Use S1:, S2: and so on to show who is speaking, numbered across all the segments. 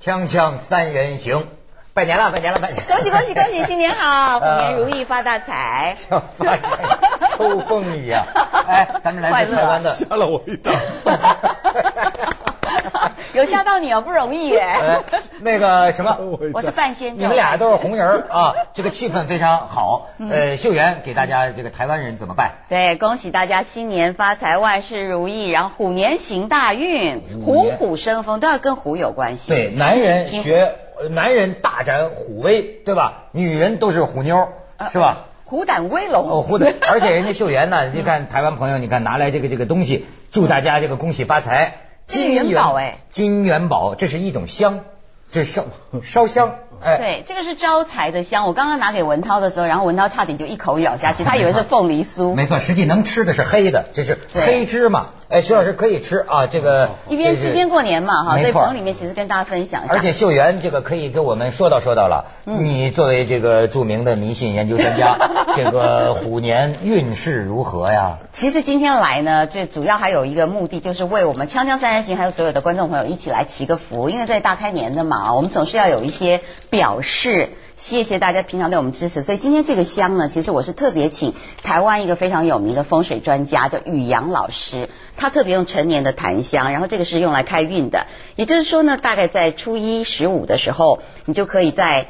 S1: 锵锵三人行，拜年了，拜年了，拜年！
S2: 恭喜恭喜恭 喜，新年
S1: 啊
S2: 好，虎年如意发大财。
S1: 发现抽风一样。哎，咱们来
S2: 啊
S1: 自台湾的，
S3: 吓了我一跳。
S2: 有吓到你哦，不容易
S1: 哎
S2: 耶。，
S1: 那个什么，
S2: 我是半仙，
S1: 你们俩都是红人儿啊，这个气氛非常好。
S2: 嗯
S1: 呃，秀媛给大家这个台湾人怎么拜？
S2: 对，恭喜大家新年发财，万事如意，然后虎年行大运，
S1: 虎
S2: 虎
S1: 年
S2: 虎生风，都要跟虎有关系。
S1: 对，男人学，男人大展虎威，对吧？女人都是虎妞，
S2: 呃
S1: 是吧？
S2: 虎胆威龙。
S1: 哦，虎的，而且人 家秀妍呢，你看台湾朋友，你看拿来这个这个东西，祝大家这个恭喜发财，
S2: 这是元宝哎
S1: 金元宝，这是一种香，这是烧烧香，哎，
S2: 对，这个是招财的香。我刚刚拿给文涛的时候，然后文涛差点就一口咬下去，他以为是凤梨酥。
S1: 没错，实际能吃的是黑的，这是
S2: 对
S1: 黑芝麻，哎，徐老师可以吃啊，这个
S2: 一边吃一边。过年嘛，哈，
S1: 没
S2: 所
S1: 错
S2: 以棚里面其实跟大家分享一下。
S1: 而且秀媛这个可以跟我们说道说道了。
S2: 嗯
S1: 你作为这个著名的迷信研究专家，这个虎年运势如何呀？
S2: 其实今天来呢，最主要还有一个目的，就是为我们《锵锵三人行》还有所有的观众朋友一起来祈个福，因为在大开年的嘛，我们总是要有一些表示。谢谢大家平常对我们支持，所以今天这个香呢，其实我是特别请台湾一个非常有名的风水专家叫宇阳老师，他特别用陈年的檀香，然后这个是用来开运的，也就是说呢，大概在初一十五的时候，你就可以在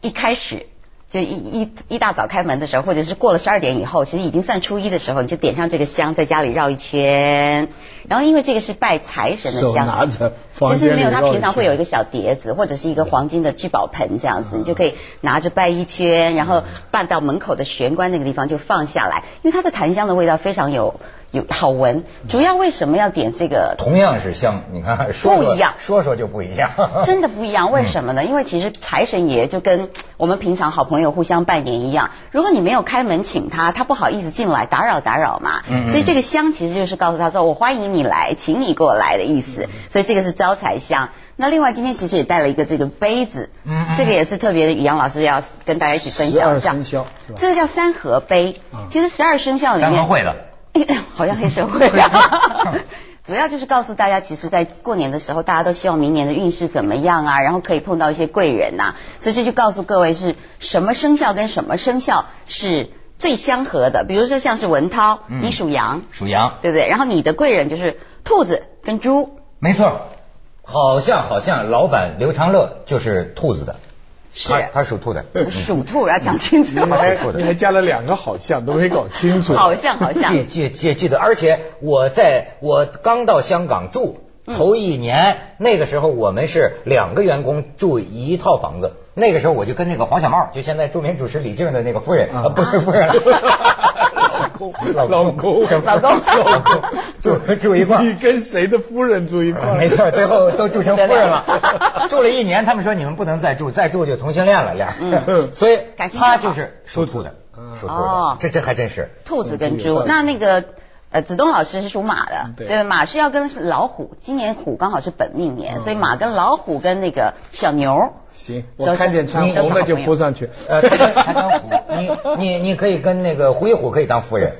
S2: 一开始就一一一大早开门的时候，或者是过了十二点以后，其实已经算初一的时候，你就点上这个香，在家里绕一圈。然后因为这个是拜财神的
S3: 手
S2: 香，啊
S3: 拿着，
S2: 其
S3: 房
S2: 实
S3: 间
S2: 没
S3: 里
S2: 有，
S3: 绕
S2: 它
S3: 一
S2: 平常会有一
S3: 圈
S2: 个小碟子或者是一个黄金的聚宝盆这样子，你就可以拿着拜一圈，然后拜到门口的玄关那个地方就放下来，因为它的檀香的味道非常有有好闻。主要为什么要点这个
S1: 同样是香，你看说说
S2: 不一样
S1: 说说就不一样。
S2: 真的不一样，为什么
S1: 嗯
S2: 呢？因为其实财神爷就跟我们平常好朋友互相拜年一样，如果你没有开门请他，他不好意思进来打扰打扰嘛。
S1: 嗯嗯
S2: 所以这个香其实就是告诉他说，我欢迎你来，请你过来的意
S1: 嗯
S2: 思。所以这个是招财香。那另外今天其实也带了一个这个杯子，
S1: 嗯嗯
S2: 这个也是特别的，于洋老师要跟大家一起分享
S3: 12
S2: 一下。
S3: 生肖是吧
S2: 这个叫三合杯
S3: 嗯。
S2: 其实十二生肖里面，
S1: 三合会的。
S2: 好像黑社会啊。 主要就是告诉大家，其实，在过年的时候，大家都希望明年的运势怎么样啊，然后可以碰到一些贵人呐、所以这就告诉各位是什么生肖跟什么生肖是最相合的。比如说像是文涛，
S1: 嗯
S2: 你属羊，
S1: 属羊，
S2: 对不对？然后你的贵人就是兔子跟猪，
S1: 没错，好像好像老板刘长乐就是兔子的，
S2: 是嗯
S1: 他他属兔的，嗯
S2: 属兔，要讲清楚
S3: 你。 还你还加了两个好像，都没搞清楚。
S2: 好像好像，
S1: 记记记记得，而且我在我刚到香港住。
S2: 嗯
S1: 头一年那个时候，我们是两个员工住一套房子。那个时候我就跟那个黄小茂，就现在著名主持李静的那个夫人，
S3: 啊
S1: 啊、不是夫 人，
S3: 老公
S1: 老公，
S2: 老公
S1: 老公 住住一块儿。
S3: 你跟谁的夫人住一块儿？
S1: 没错，最后都住成夫人
S2: 对
S1: 了。住了一年，他们说你们不能再住，再住就同性恋了，俩。
S2: 嗯
S1: 所以
S2: 感情
S1: 他
S2: 不好
S1: 就是属兔的，
S3: 嗯
S1: 属兔的
S2: 哦，
S1: 这这还真 是。
S2: 兔子跟
S3: 有
S2: 猪嗯
S3: 道。理
S2: 那那个呃，子东老师是属马的，
S3: 对
S2: 马是要跟老虎，今年虎刚好是本命年，所以马跟老虎跟那个小牛，
S3: 行，我看见穿红的就扑上去。
S1: 呃，他跟他当虎，你你你可以跟那个胡一虎可以当夫人。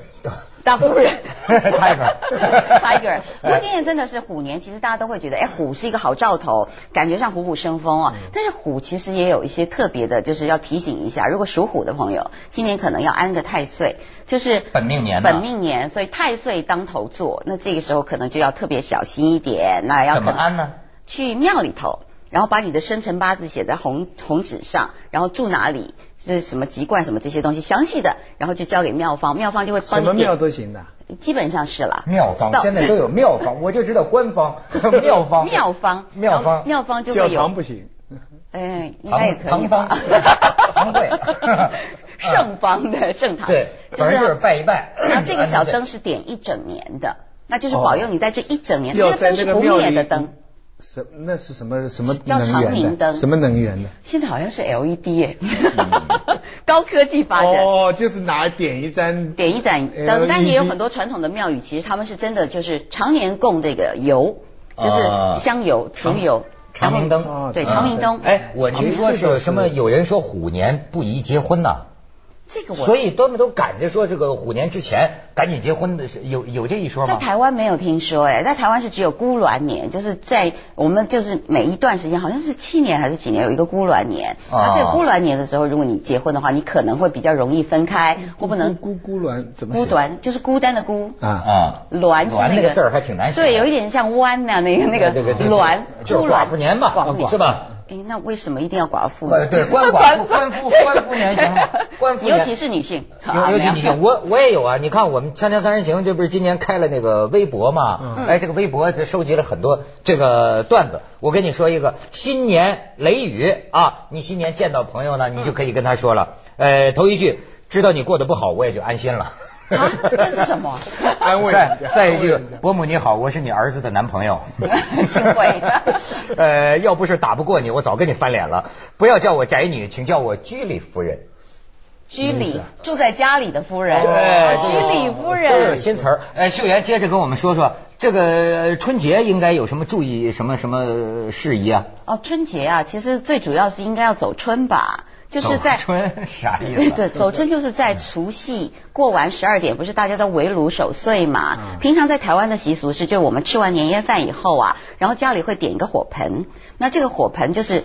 S2: 大夫人
S1: Tiger
S2: Tiger，不过今年真的是虎年，其实大家都会觉得，哎，虎是一个好兆头，感觉上虎虎生风啊。但是虎其实也有一些特别的，就是要提醒一下，如果属虎的朋友，今年可能要安个太岁，就是
S1: 本命年呢
S2: 本命年，所以太岁当头坐，那这个时候可能就要特别小心一点，那要
S1: 怎么
S2: 可能
S1: 安呢？
S2: 去庙里头，然后把你的生辰八字写在红红纸上，然后住哪里，是什么籍贯什么这些东西详细的，然后就交给庙方，庙方就会帮
S3: 什
S2: 你
S3: 么
S2: 点
S3: 庙都行的，
S2: 基本上是了。
S1: 妙方
S2: 到
S1: 现在都有妙方，我就知道官 方妙方
S2: 妙方，
S1: 妙
S2: 然后
S1: 方
S2: 妙方就
S3: 教
S2: 会有，
S3: 堂不行。
S2: 哎，应该也
S1: 唐
S2: 可
S1: 唐
S2: 以
S1: 方？
S2: 吧
S1: 唐 贵
S3: 啊
S2: 圣方的圣堂，
S1: 对，反正就是拜一拜。嗯
S2: 然后这个小
S1: 安全
S2: 灯是点一整年的，那就是保佑你在这一整年。
S3: 哦要
S2: 这个
S3: 在
S2: 灯
S3: 那
S2: 是
S3: 个
S2: 不
S3: 庙
S2: 灭
S3: 里
S2: 的灯，
S3: 什那是什么什么
S2: 叫
S3: 能
S2: 长明
S3: 源的？
S2: 灯
S3: 什么能源的？
S2: 现在好像是 LED 耶， 高科技发展。
S3: 嗯哦，就是拿点一盏
S2: 点一盏
S1: 呃
S3: LED
S2: 灯，但是也有很多传统的庙宇，其实他们是真的就是常年供这个油，就
S1: 啊
S2: 是香油、除油、
S1: 长明灯嗯
S2: 然后
S3: 啊
S2: 哦对，
S3: 长
S2: 长明灯。嗯
S1: 哎，我听说是有什么有人说虎年不宜结婚呐、
S2: 这个我
S1: 所以他们都赶着说这个虎年之前赶紧结婚的是有有这一说
S2: 在
S1: 吗？
S2: 台湾没有听说哎，在台湾是只有孤鸾年，就是在我们就是每一段时间，好像是七年还是几年有一个孤鸾年。
S1: 哦
S2: 那这个孤鸾年的时候，如果你结婚的话，你可能会比较容易分开，或不能
S3: 孤孤鸾怎么写
S2: 孤鸾就是孤单的孤，
S3: 啊？
S1: 啊，
S2: 鸾是
S1: 鸾
S2: 那
S1: 那
S2: 个
S1: 个字儿还挺难写的，
S2: 对，有一点像弯呐、那个
S1: 对
S2: 那个
S1: 对对对
S2: 鸾，
S1: 就是
S2: 孤鸾
S1: 寡妇年嘛，
S2: 寡妇年
S1: 是吧？
S2: 哎，那为什么一定要寡妇
S1: 呃
S2: 呢？
S1: 对鳏寡妇鳏妇鳏妇年行吗鳏妇年
S2: 尤其是女性，
S1: 尤尤其你像我我也有啊，你看我们《锵锵三人行》这不是今年开了那个微博嘛？
S3: 嗯
S1: 哎，这个微博收集了很多这个段子。我跟你说一个，新年雷雨啊，你新年见到朋友呢，
S2: 嗯
S1: 你就可以跟他说了，呃，头一句知道你过得不好，我也就安心了。
S2: 啊这是什么
S3: 安慰
S1: 再
S3: 人家
S1: 再一句
S3: 安慰人家，
S1: 伯母你好，我是你儿子的男 朋友。
S2: 幸会
S1: 呃，要不是打不过你，我早跟你翻脸了。不要叫我宅女，请叫我居里夫人。
S2: 居里住在家里的夫人，啊
S1: 对
S2: 居里夫
S1: 都有
S2: 人，
S1: 新词儿。呃，秀妍接着跟我们说说这个春节应该有什么注意什么什么事宜啊？
S2: 哦，春节啊，其实最主要是应该要走春吧，就是在
S1: 走 春啥意
S2: 对
S1: 思？啊
S2: 对，走春就是在除夕过完十二点，不是大家都围炉守岁嘛？
S1: 嗯
S2: 平常在台湾的习俗是，就我们吃完年夜饭以后啊，然后家里会点一个火盆，那这个火盆就是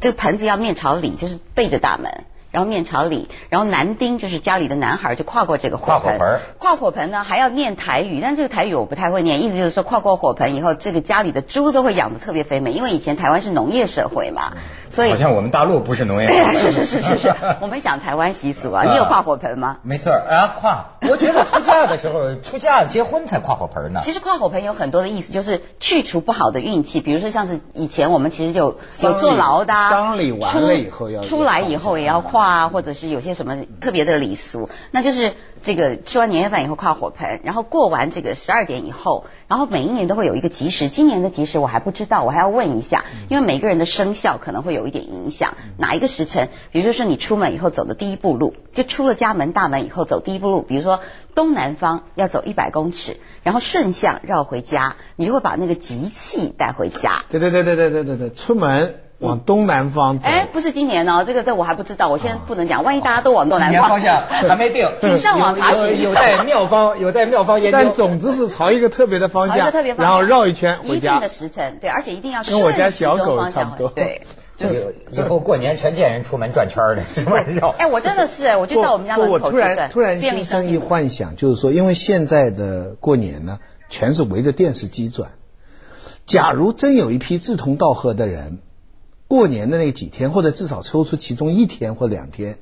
S2: 这个盆子要面朝里，就是背着大门。然后面朝里，然后男丁就是家里的男孩就跨过这个火
S1: 跨火
S2: 盆，
S1: 盆儿
S2: 跨火盆呢还要念台语，但这个台语我不太会念，意思就是说跨过火盆以后，这个家里的猪都会养得特别肥美，因为以前台湾是农业社会嘛，所
S1: 嗯
S2: 以。
S1: 好像我们大陆不是农业
S2: 是是是是 是，我们讲台湾习俗啊，你有跨火盆吗？
S1: 没错儿啊，跨！我觉得出嫁的时候，出嫁结婚才跨火盆呢。
S2: 其实跨火盆有很多的意思，就是去除不好的运气，比如说像是以前我们其实就
S3: 丧礼
S2: 有坐牢的、啊，
S3: 丧礼完了以后要
S2: 出出来以后也要跨啊，或者是有些什么特别的礼俗，那就是这个吃完年夜饭以后跨火盆，然后过完这个十二点以后，然后每一年都会有一个吉时，今年的吉时我还不知道，我还要问一下，
S3: 嗯
S2: 因为每个人的生肖可能会有一点影响，哪一个时辰，比如说你出门以后走的第一步路，就出了家门大门以后走第一步路，比如说东南方要走一百公尺，然后顺向绕回家，你就会把那个吉气带回家。
S3: 对对对对对对对对，出门往东南方走。
S2: 哎，不是今年哦，这个这我还不知道，我现在不能讲，万一大家都往东南
S1: 今年
S2: 方
S1: 方向 还没定，
S2: 请上网查
S1: 有
S2: 询
S1: 有待妙方，有待妙方研
S3: 但
S1: 究。
S3: 总之是朝一个特别的方
S2: 朝一
S3: 向
S2: 个特别，方向
S3: 然后绕一圈
S2: 一
S3: 回
S2: 定
S3: 家
S2: 的。时辰，对，而且一定要
S3: 跟我家
S2: 顺时
S3: 小
S2: 钟
S3: 狗
S2: 方向
S3: 差不多
S2: 对，就
S1: 以
S2: 是。
S1: 后以后过年全见人出门转圈儿的，什么绕？
S2: 哎，我真的是，我就在我们家门
S3: 不
S2: 口
S3: 我突
S2: 就在
S3: 然突然
S2: 便利
S3: 心
S2: 商
S3: 生一
S2: 店。
S3: 幻想，就是说，因为现在的过年呢，全是围着电视机转。假如真有一批志同道合的人，过年的那几天，或者至少抽出其中一天或两天，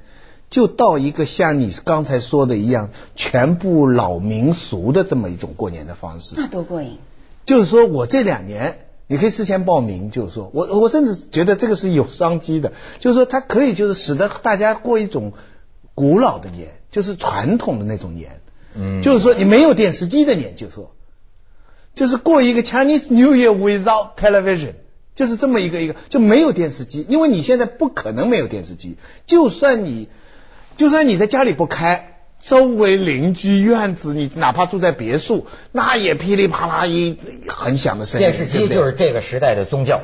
S3: 就到一个像你刚才说的一样，全部老民俗的这么一种过年的方式。
S2: 那多过瘾！
S3: 就是说我这两年。你可以事先报名，就是说我我甚至觉得这个是有商机的，就是说它可以就是使得大家过一种古老的年，就是传统的那种年，
S1: 嗯
S3: 就是说你没有电视机的年，就是说就是过一个 Chinese New Year without television，就是这么一个一个就没有电视机，因为你现在不可能没有电视机，就算你就算你在家里不开，周围邻居院子，你哪怕住在别墅，那也噼里啪啦一很响的声音。
S1: 电视机就是这个时代的宗教。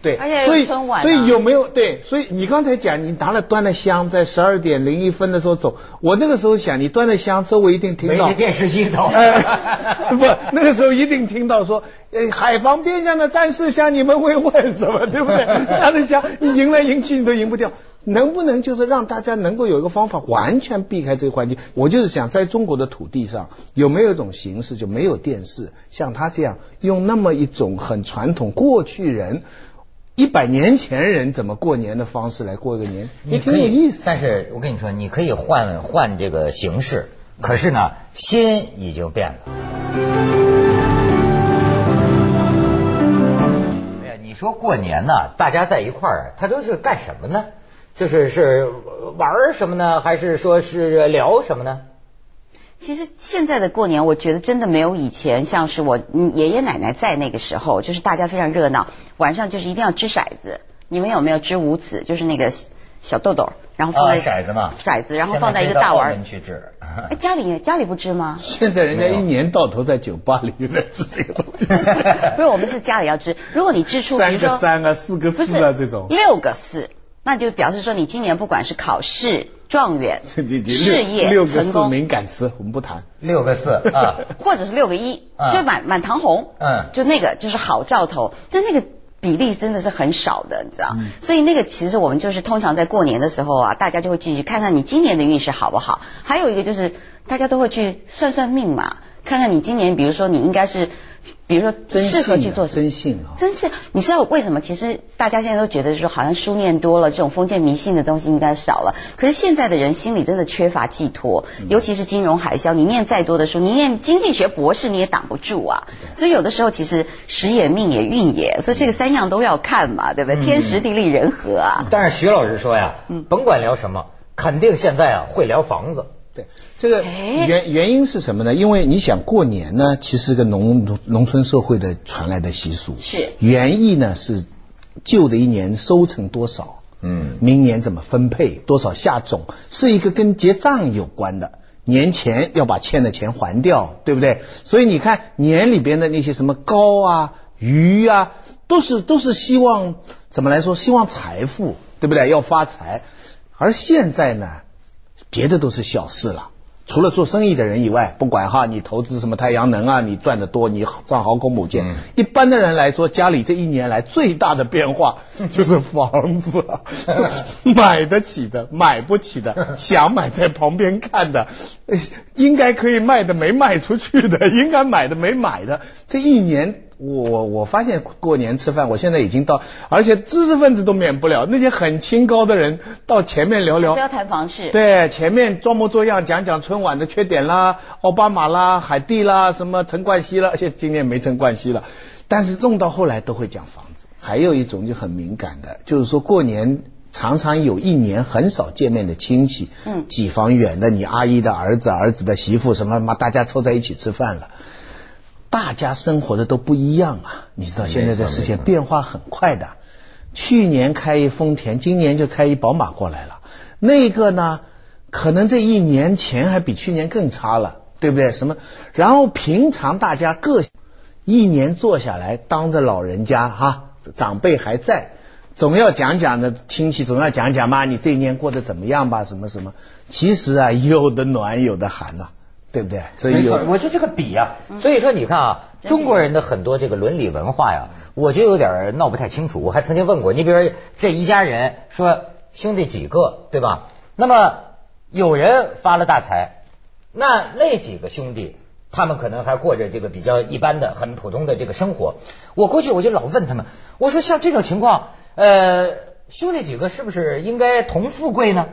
S3: 对不
S2: 而
S3: 对
S2: 且
S3: 对，所以
S2: 春晚啊
S3: 所以有没有对？所以你刚才讲，你拿了端了香，在十二点零一分的时候走，我那个时候想，你端了香，周围一定听
S1: 没
S3: 到
S1: 这。电视 机头。
S3: 呃， 不，那个时候一定听到说，呃，海防边上的战士向你们慰问什么，对不对？ 拿着枪，你迎来迎去你都赢不掉，能不能就是让大家能够有一个方法，完全避开这个环境？我就是想，在中国的土地上，有没有一种形式就没有电视，像他这样用那么一种很传统过去人。一百年前人怎么过年的方式来过个 年，也
S1: 你
S3: 挺
S1: 可
S3: 有意
S1: 以
S3: 思，。
S1: 但是我跟你说，你可以换换这个形式，可是呢，心已经变了。哎呀，你说过年呢，大家在一块儿，他都是干什么呢？就是是玩儿什么呢？还是说是聊什么呢？
S2: 其实现在的过年，我觉得真的没有以前像是我嗯爷爷奶奶在那个时候，就是大家非常热闹，晚上就是一定要掷骰子。你们有没有掷五子？就是那个小豆豆，然后放
S1: 啊，
S2: 在、
S1: 骰子嘛，
S2: 骰子，然后放在一个大
S1: 碗
S2: 碗。
S1: 去掷。
S2: 哎，家里家里不掷吗？
S3: 现在人家一年到头在酒吧里面吃 这个东西，
S2: 不是，我们是家里要掷。如果你掷出，比
S3: 三
S2: 如
S3: 个
S2: 说
S3: 三啊，四个
S2: 不
S3: 四
S2: 是
S3: 啊，这种。
S2: 六个四，那就表示说你今年不管是考试，状元、
S3: 你你
S2: 事业
S3: 六个
S2: 成
S3: 四
S2: 功，
S3: 敏感词我们不谈。
S1: 六个四啊，
S2: 或者是六个一
S1: 啊，
S2: 就满满堂红，
S1: 嗯
S2: 就那个就是好兆头，但那个。比例真的是很少的，你知道，
S3: 嗯
S2: 所以那个其实我们就是通常在过年的时候啊，大家就会去看看你今年的运势好不好。还有一个就是大家都会去算算命嘛，看看你今年，比如说你应该是，比如说
S3: 真
S2: 适合去
S3: 信
S2: 做
S3: 啊，
S2: 什么。
S3: 真信啊！
S2: 真是，你知道为什么？其实大家现在都觉得说，好像书念多了，这种封建迷信的东西应该少了。可是现在的人心里真的缺乏寄托，尤其是金融海啸，你念再多的书，你念经济学博士你也挡不住啊。所以有的时候其实时也命也运也，所以这个三样都要看嘛，对不对？天时地利人和啊。
S1: 但是徐老师说呀，
S2: 嗯
S1: 甭管聊什么，肯定现在啊会聊房子。
S3: 对，这个
S2: 哎
S3: 原原因是什么呢？因为你想过年呢，其实是个农农农村社会的传来的习俗。
S2: 是
S3: 原意呢是旧的一年收成多少，
S1: 嗯，
S3: 明年怎么分配，多少下种，是一个跟结账有关的。年前要把欠的钱还掉，对不对？所以你看年里边的那些什么糕啊、鱼啊，都是都是希望怎么来说？希望财富，对不对？要发财。而现在呢，别的都是小事了。除了做生意的人以外，不管哈，你投资什么太阳能啊，你赚得多，你赚好口母舰。
S1: 嗯
S3: 一般的人来说，家里这一年来最大的变化就是房子啊，买得起的，买不起的，想买在旁边看的，哎应该可以卖的没卖出去的， 应该买的没买的，这一年。我我我发现过年吃饭，我现在已经到，而且知识分子都免不了，那些很清高的人到前面聊聊
S2: 是，要谈房事。
S3: 对，前面装模作样讲讲春晚的缺点啦，奥巴马啦，海地啦，什么陈冠希啦，现在今年没陈冠希了，但是弄到后来都会讲房子。还有一种就很敏感的，就是说过年常常有一年很少见面的亲戚，
S2: 嗯
S3: 几房远的，你阿姨的儿子、儿子的媳妇什么嘛，大家凑在一起吃饭了。大家生活的都不一样啊，你知道现在
S1: 没
S3: 的
S1: 错
S3: 世界
S1: 没错
S3: 变化很快的。去年开一丰田，今年就开一宝马过来了。那个呢，可能这一年前还比去年更差了，对不对？什么？然后平常大家各一年做下来，当着老人家哈、长辈还在，总要讲讲的亲戚，总要讲讲嘛，你这一年过得怎么样吧？什么什么？其实啊，有的暖，有的寒呐、啊对不对？所
S1: 没
S3: 以
S1: 错
S3: 有，嗯
S1: 我就这个比啊，所以说你看啊，中国人的很多这个伦理文化呀，我就有点闹不太清楚。我还曾经问过，你比如说这一家人说兄弟几个，对吧？那么有人发了大财，那那几个兄弟。他们可能还过着这个比较一般的、很普通的这个生活。我过去我就老问他们，我说像这种情况，呃，兄弟几个是不是应该同富贵呢？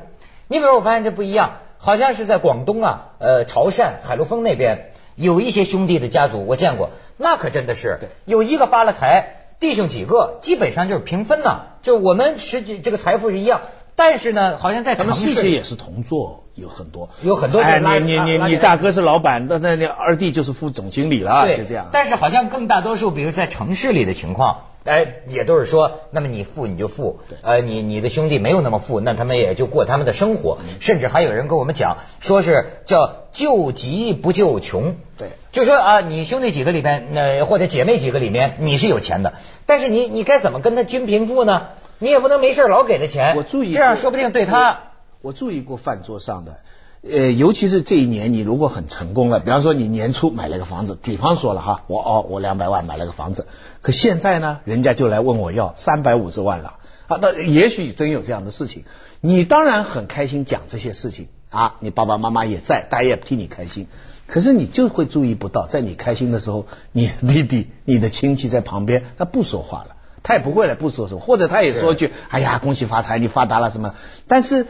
S1: 你比如我发现这不一样，好像是在广东啊，呃，潮汕、海陆丰那边有一些兄弟的家族，我见过，那可真的是
S3: 对
S1: 有一个发了财，弟兄几个基本上就是平分呐、就我们实际这个财富是一样，但是呢，好像在
S3: 他们
S1: 城
S3: 细节
S1: 市
S3: 也是同做，有很多，
S1: 有很多
S3: 哎，
S1: 就是拉
S3: 你你你
S1: 拉拉
S3: 你大哥是老板，那那那二弟就是副总经理了，
S1: 对
S3: 就啊这样。
S1: 但是好像更大多数，比如在城市里的情况。哎，也都是说，那么你富你就富
S3: 对，
S1: 呃，你你的兄弟没有那么富，那他们也就过他们的生活，
S3: 嗯
S1: 甚至还有人跟我们讲，说是叫救急不救穷，
S3: 对，
S1: 就说啊，你兄弟几个里边，呃，或者姐妹几个里面，你是有钱的，但是你你该怎么跟他均贫富呢？你也不能没事儿老给他钱，
S3: 我注意过
S1: 这样说不定对他，
S3: 我注意过饭桌上的，呃，尤其是这一年，你如果很成功了，比方说你年初买了个房子，比方说了哈，我哦，我两百万买了个房子，可现在呢，人家就来问我要三百五十万了啊，那也许真有这样的事情，你当然很开心讲这些事情啊，你爸爸妈妈也在，大家也替你开心。可是你就会注意不到，在你开心的时候，你的弟弟、你的亲戚在旁边，他不说话了，他也不会来不说说，或者他也说一句：“哎呀，恭喜发财，你发达了什么？”但是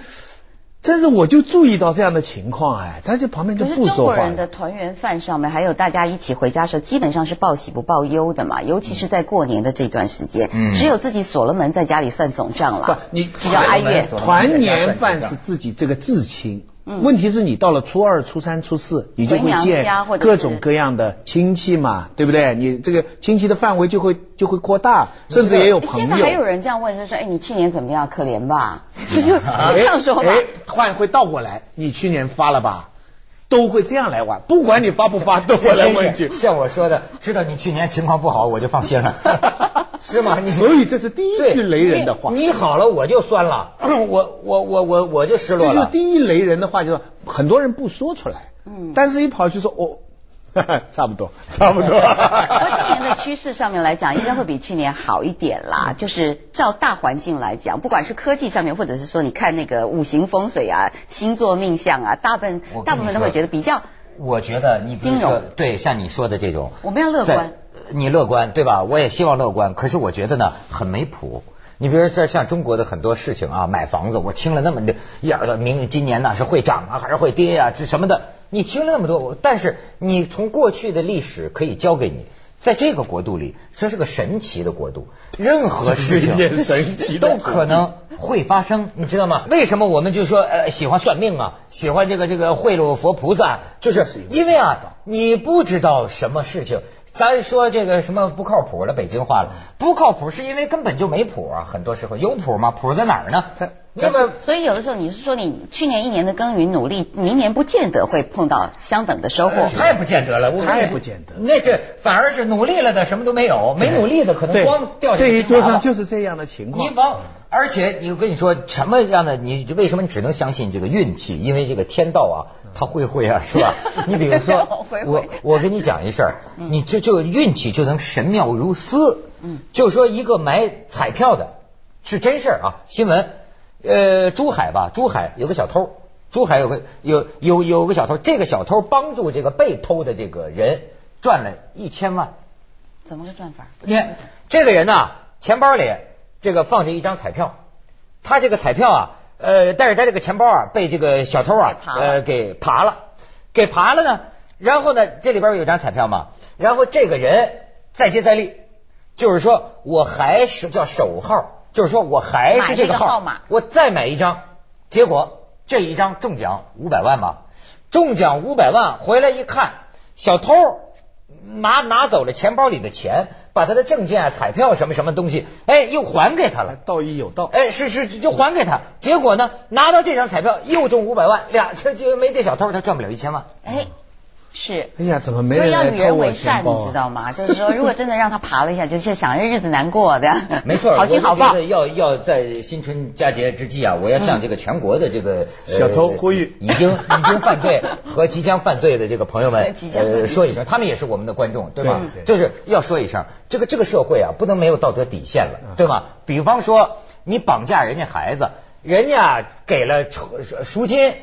S3: 但是我就注意到这样的情况，哎，他就旁边就
S2: 可是
S3: 不
S2: 中
S3: 说
S2: 国
S3: 话
S2: 人
S3: 了
S2: 的。团圆饭上面，还有大家一起回家的时候，基本上是报喜不报忧的嘛，尤其是在过年的这段时间，
S1: 嗯
S2: 只有自己锁了门在家里算总账
S3: 不
S2: 了，，
S3: 你
S2: 比较哀怨。
S3: 团年饭是自己这个至亲。
S2: 嗯
S3: 问题是你到了初二、初三、初四，你就
S2: 回
S3: 会
S2: 娘
S3: 见
S2: 家或者
S3: 各
S2: 是
S3: 种各样的亲戚嘛，对不对？你这个亲戚的范围就会就会扩大，甚至也有
S2: 哎
S3: 朋
S2: 现
S3: 友。
S2: 在还有人这样问，就说：“哎，你去年怎么样？可怜 吧？”就就这样说吧。
S3: 哎，换会倒过来，你去年发了吧？都会这样来玩，不管你 发不发，都会来问一句。
S1: 像我说的，知道你去年情况不好，我就放心了。是吗？你
S3: 所以这是第一
S1: 对
S3: 句雷人的话。
S1: 你你好了我就酸 了，我我我我我就失落
S3: 这就是
S1: 了。
S3: 第一雷人的话，就是很多人不说出来，
S2: 嗯
S3: 但是一跑去说，哦， 差不多，差不多。
S2: 不过今年的趋势上面来讲，应该会比去年好一点啦。
S3: 嗯
S2: 就是照大环境来讲，不管是科技上面，或者是说你看那个五行风水啊、星座命相啊，大部分
S1: 我跟你
S2: 大部分都会
S1: 说
S2: 觉得比较
S1: 我觉得你比如
S2: 金
S1: 说
S2: 融
S1: 对，像你说的这种，
S2: 我们要乐观
S1: 在。呃你乐观对吧？我也希望乐观，可是我觉得呢，很没谱。你比如说像中国的很多事情啊，买房子，我听了那么呀，明今年呢是会涨啊，还是会跌啊，这什么的，你听了那么多，我但是你从过去的历史可以教给你。在这个国度里，这是个神奇的国度，任何事情
S3: 这是一件神奇的
S1: 都
S3: 国度
S1: 可能会发生，你知道吗？为什么我们就说呃喜欢算命啊，喜欢这个这个贿赂佛菩萨，啊就是因为啊你不知道什么事情。咱说这个什么不靠谱了，北京话了，不靠谱是因为根本就没谱啊，很多时候有谱吗？谱在哪儿呢
S3: 他？
S1: 那么
S2: 所以有的时候你是说你去年一年的耕耘努力，明年不见得会碰到相等的收
S3: 哎
S2: 获。
S1: 太不见得了，我
S3: 太不见得
S1: 那这反而是努力了的什么都没有，没努力的可能
S3: 对
S1: 光掉下
S3: 这
S1: 去
S3: 一
S1: 吃麻
S3: 桌
S1: 辣
S3: 上就是这样的情
S1: 你
S3: 况。
S1: 往，而且你我跟你说什么样的？你为什么你只能相信这个运气？因为这个天道
S3: 嗯
S1: 啊，它会会啊，是吧？ 你比如说
S2: 会，会
S1: 我我跟你讲一事儿，
S3: 嗯
S1: 你这就运气就能神妙如斯。
S2: 嗯
S1: 就说一个买彩票的，是真事儿啊，新闻。呃，珠海吧，珠海有个小偷，珠海有个有有有个小偷，这个小偷帮助这个被偷的这个人赚了一千万。
S2: 怎么个赚法？
S1: 你看这个人呐、钱包里这个放着一张彩票，他这个彩票啊，呃，但是他这个钱包啊被这个小偷啊
S2: 给扒了
S1: 呃给扒了，给扒了呢。然后呢，这里边有张彩票嘛，然后这个人再接再厉，就是说我还是叫手号，就是说我还是这个号
S2: 买这个号码
S1: 我再买一张，结果这一张中奖五百万吧，中奖五百万回来一看，小偷拿拿走了钱包里的钱，把他的证件啊、彩票什么什么东西，哎，又还给他了。
S3: 道义有道，
S1: 哎，是是，就还给他。结果呢，拿到这张彩票又中五百万，俩这这没这小偷，他赚不了一千万。
S2: 哎，是。
S3: 哎呀，怎么没
S2: 所以
S3: 人
S2: 要
S3: 来
S2: 与
S3: 偷
S2: 人
S3: 我
S2: 为善，
S3: 钱包、啊？
S2: 你知道吗？就是说，如果真的让他爬了一下，就是想日子难过 的，
S1: 没错，
S2: 好心好
S1: 我
S2: 报嗯
S1: 就。觉得要要在新春佳节之际啊，我要向这个全国的这个、呃
S3: 小偷呼吁
S1: 已经已经犯 罪和即将犯罪的这个朋友
S2: 对
S1: 们呃
S2: 即将犯罪
S1: 说一声，他们也是我们的观众，对吧？
S3: 对对
S1: 就是要说一声，这个这个社会啊，不能没有道德底线了
S3: 嗯，
S1: 对吧？比方说你绑架人家孩子，人家给了赎赎金。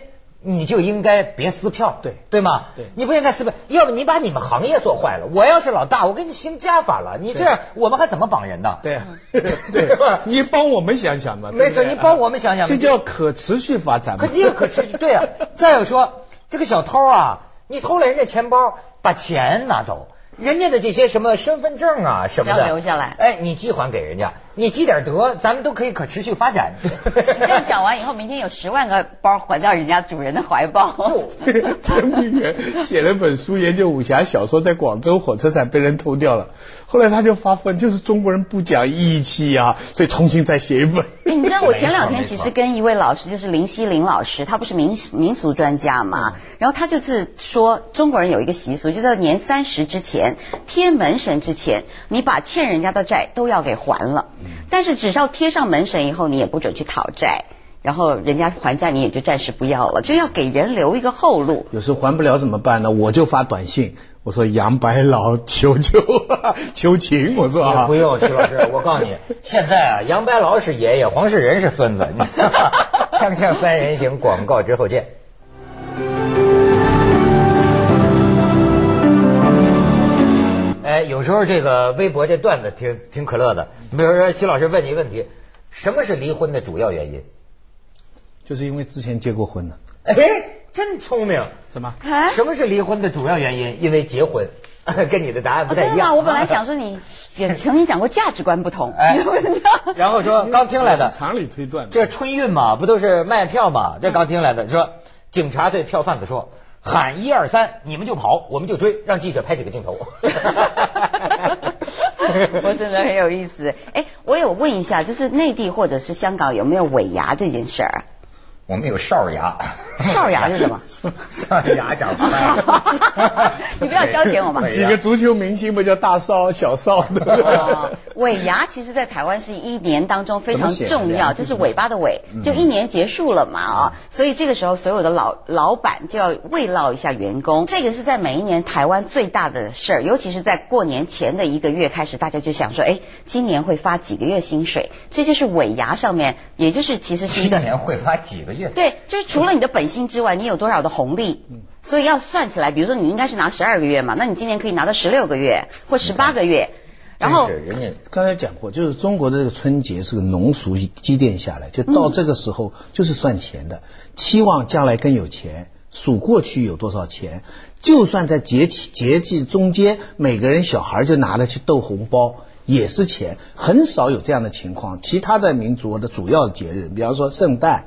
S1: 你就应该别撕票，
S3: 对
S1: 对吗？
S3: 对
S1: 你不应该撕票，要不你把你们行业做坏了。我要是老大，我给你行家法了。你这样，我们还怎么绑人呢？
S3: 对啊，
S1: 对
S3: 对
S1: 吧
S3: 你帮我们想想嘛。
S1: 嗯
S3: 对
S1: 没
S3: 不
S1: 错，
S3: 对
S1: 你帮我们想想，
S3: 这叫可持续发展嘛。
S1: 可这个可持续对 啊。再有说这个小偷啊，你偷了人家钱包，把钱拿走，人家的这些什么身份证啊什么
S2: 不要
S1: 的
S2: 留下来
S1: 哎，你寄还给人家，你积点德，咱们都可以可持续发展。
S2: 你 这样讲完以后，明天有十万个包还到人家主人的怀抱。
S3: 陈明远写了本书研究武侠小说，在广州火车站被人偷掉了，后来他就发愤，就是中国人不讲义气啊，所以重新再写一本。
S2: 哎 你知道我前两天
S1: 没错
S2: 其
S1: 没错
S2: 实跟一位老师，就是林希林老师，他不是民民俗专家嘛，
S1: 嗯
S2: 然后他就是说中国人有一个习俗，就在年三十之前、贴门神之前，你把欠人家的债都要给还了，
S1: 嗯
S2: 但是只要贴上门神以后，你也不准去讨债。然后人家还债，你也就暂时不要了，就要给人留一个后路。
S3: 有时候还不了怎么办呢？我就发短信，我说杨白劳求求啊求情，我说啊，
S1: 哎不用，徐老师，我告诉你，现在啊，杨白劳是爷爷，黄世仁是孙子。你 锵锵三人行，广告之后见。哎，有时候这个微博这段子挺挺可乐的。比如说，徐老师问你问题，什么是离婚的主要原因？
S3: 就是因为之前结过婚了，
S1: 哎，真聪明。
S3: 怎么？
S2: 啊
S1: 哎什么是离婚的主要原因？因为结婚， 跟你的答案不
S2: 哦
S1: 太
S2: 真
S1: 一
S2: 的
S1: 样。
S2: 吗？我本来想 说你也曾经讲过价值观不同，
S1: 哎然后说刚听来的
S3: 是常理推断的。
S1: 这春运嘛，不都是卖票嘛？这刚听来的说，警察对票贩子说：“喊一二三，你们就跑，我们就追，让记者拍几个镜头。
S2: 我真的很有意 思。哎，我有问一下，就是内地或者是香港有没有尾牙这件事儿？
S1: 我们有哨牙，
S2: 哨牙是什么？，
S1: 哨牙长坏
S2: 你不要消遣我嘛
S1: 对
S3: 几个足球明星不叫大少、小少对不
S2: 哦
S1: 啊
S3: 对？，
S2: 尾牙其实，在台湾是一年当中非常
S3: 怎么
S2: 重
S3: 写
S2: 要，
S3: 啊
S2: 这是尾巴的尾，就一年结束了嘛啊，所以这个时候所有的老老板就要慰劳一下员工，这个是在每一年台湾最大的事儿，尤其是在过年前的一个月开始，大家就想说，哎，今年会发几个月薪水，这就是尾牙上面，也就是其实是一
S1: 今
S2: 个
S1: 年会发几个月？
S2: 对，就是除了你的本薪之外，你有多少的红利？
S1: 嗯
S2: 所以要算起来，比如说你应该是拿十二个月嘛，那你今年可以拿到十六个月或十八个月，然
S1: 嗯
S2: 后
S1: 真是人家
S4: 刚才讲过，就是中国的这个春节是个农俗积淀下来，就到这个时候就是算钱的，期望将来更有钱，数过去有多少钱，就算在节气节气中间，每个人小孩就拿着去斗红包。也是钱，很少有这样的情况。其他的民族的主要节日，比方说圣诞，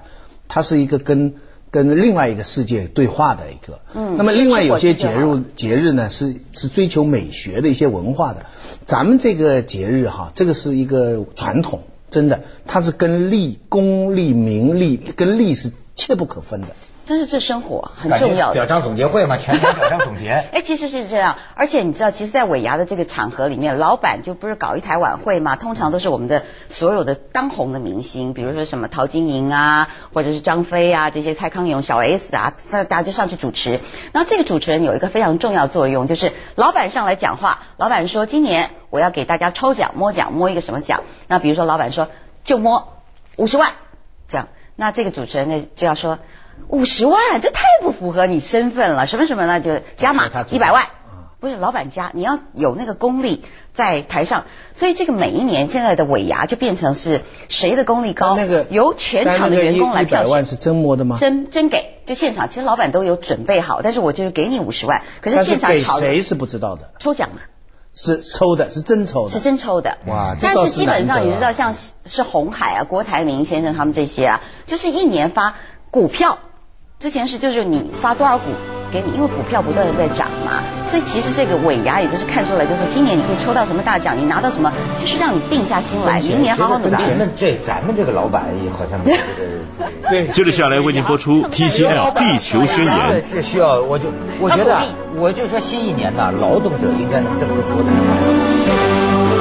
S4: 它是一个跟跟另外一个世界对话的一个。
S2: 嗯
S4: 那么另外有些节
S2: 吃火鸡就好
S4: 日节日呢是是追求美学的一些文化的。咱们这个节日哈，这个是一个传统，真的，它是跟利、功利、名利跟利是切不可分的。
S2: 但是这生活很
S1: 感觉
S2: 重要的
S1: 表。彰总结会嘛，全年表彰总结。
S2: 哎，其实是这样，而且你知道，其实，在尾牙的这个场合里面，老板就不是搞一台晚会嘛，通常都是我们的所有的当红的明星，比如说什么陶晶莹啊，或者是张飞啊，这些蔡康永、小 S 啊，大家就上去主持。然后这个主持人有一个非常重要作用，就是老板上来讲话，老板说今年我要给大家抽奖摸奖，摸一个什么奖？那比如说老板说就摸五十万，这样，那这个主持人呢就要说。五十万，这太不符合你身份了，什么什么呢？就加码
S4: 说他
S2: 一
S4: 主
S2: 百万，
S4: 啊
S2: 不是老板家，你要有那个功力在台上，所以这个每一年现在的尾牙就变成是谁的功力高，
S4: 那个
S2: 由全场的员工来
S4: 一百
S2: 票选，
S4: 万是真摸的吗？
S2: 真真给，就现场其实老板都有准备好，但是我就是给你五十万，可是
S4: 但是
S2: 现场
S4: 给
S2: 炒
S4: 谁是不知道的，
S2: 抽奖嘛，
S4: 是抽的，是真抽
S2: 是
S4: 的。
S2: 真抽的。
S4: 哇，这
S2: 但
S4: 倒
S2: 是基本
S4: 难
S2: 上
S4: 得
S2: 你
S4: 啊
S2: 知道，像是是红海啊、郭台铭先生他们这些啊，就是一年发股票，之前是就是你发多少股给你，因为股票不断的在涨嘛，所以其实这个尾牙也就是看出来，就是今年你可以抽到什么大奖，你拿到什么，就是让你定下心 来，
S4: 分钱
S2: 明年好好努
S4: 分
S2: 力。
S1: 咱们这咱们这个老板好 像没有这个。
S3: 对，
S5: 接着下来为您播出 TCL 地球宣
S1: 当
S5: 言
S1: 然。是需要，我就我觉得
S2: 他
S1: 啊
S2: 鼓，
S1: 我就说新一年呐、劳动者应该能挣更多的钱。